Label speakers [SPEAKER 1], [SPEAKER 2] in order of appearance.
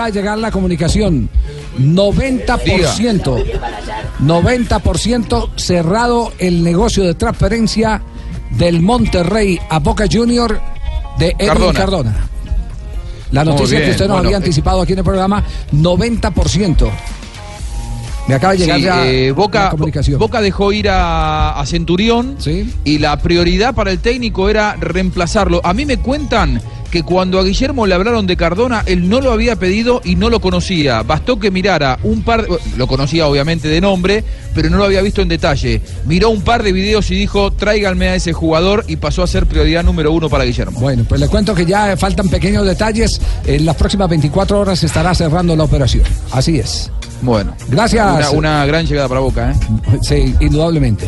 [SPEAKER 1] Va a llegar la comunicación. 90%. 90% cerrado el negocio de transferencia del Monterrey a Boca Junior de Edwin Cardona.
[SPEAKER 2] Cardona.
[SPEAKER 1] La
[SPEAKER 2] Muy
[SPEAKER 1] noticia que
[SPEAKER 2] bien,
[SPEAKER 1] usted nos
[SPEAKER 2] bueno,
[SPEAKER 1] había
[SPEAKER 2] eh.
[SPEAKER 1] anticipado aquí en el programa, 90%. Me acaba de llegar
[SPEAKER 2] Sí,
[SPEAKER 1] ya
[SPEAKER 2] eh,
[SPEAKER 1] la
[SPEAKER 2] Boca,
[SPEAKER 1] comunicación.
[SPEAKER 2] Boca dejó ir a, a Centurión
[SPEAKER 1] Sí.
[SPEAKER 2] y la prioridad para el técnico era reemplazarlo. A mí me cuentan que cuando a Guillermo le hablaron de Cardona, él no lo había pedido y no lo conocía. Bastó que mirara un par, de- lo conocía obviamente de nombre, pero no lo había visto en detalle. Miró un par de videos y dijo, tráiganme a ese jugador y pasó a ser prioridad número uno para Guillermo.
[SPEAKER 1] Bueno, pues le cuento que ya eh, faltan pequeños detalles. En las próximas 24 horas se estará cerrando la operación. Así es.
[SPEAKER 2] Bueno,
[SPEAKER 1] Gracias.
[SPEAKER 2] Una, una gran llegada para Boca, ¿eh?
[SPEAKER 1] Sí, indudablemente.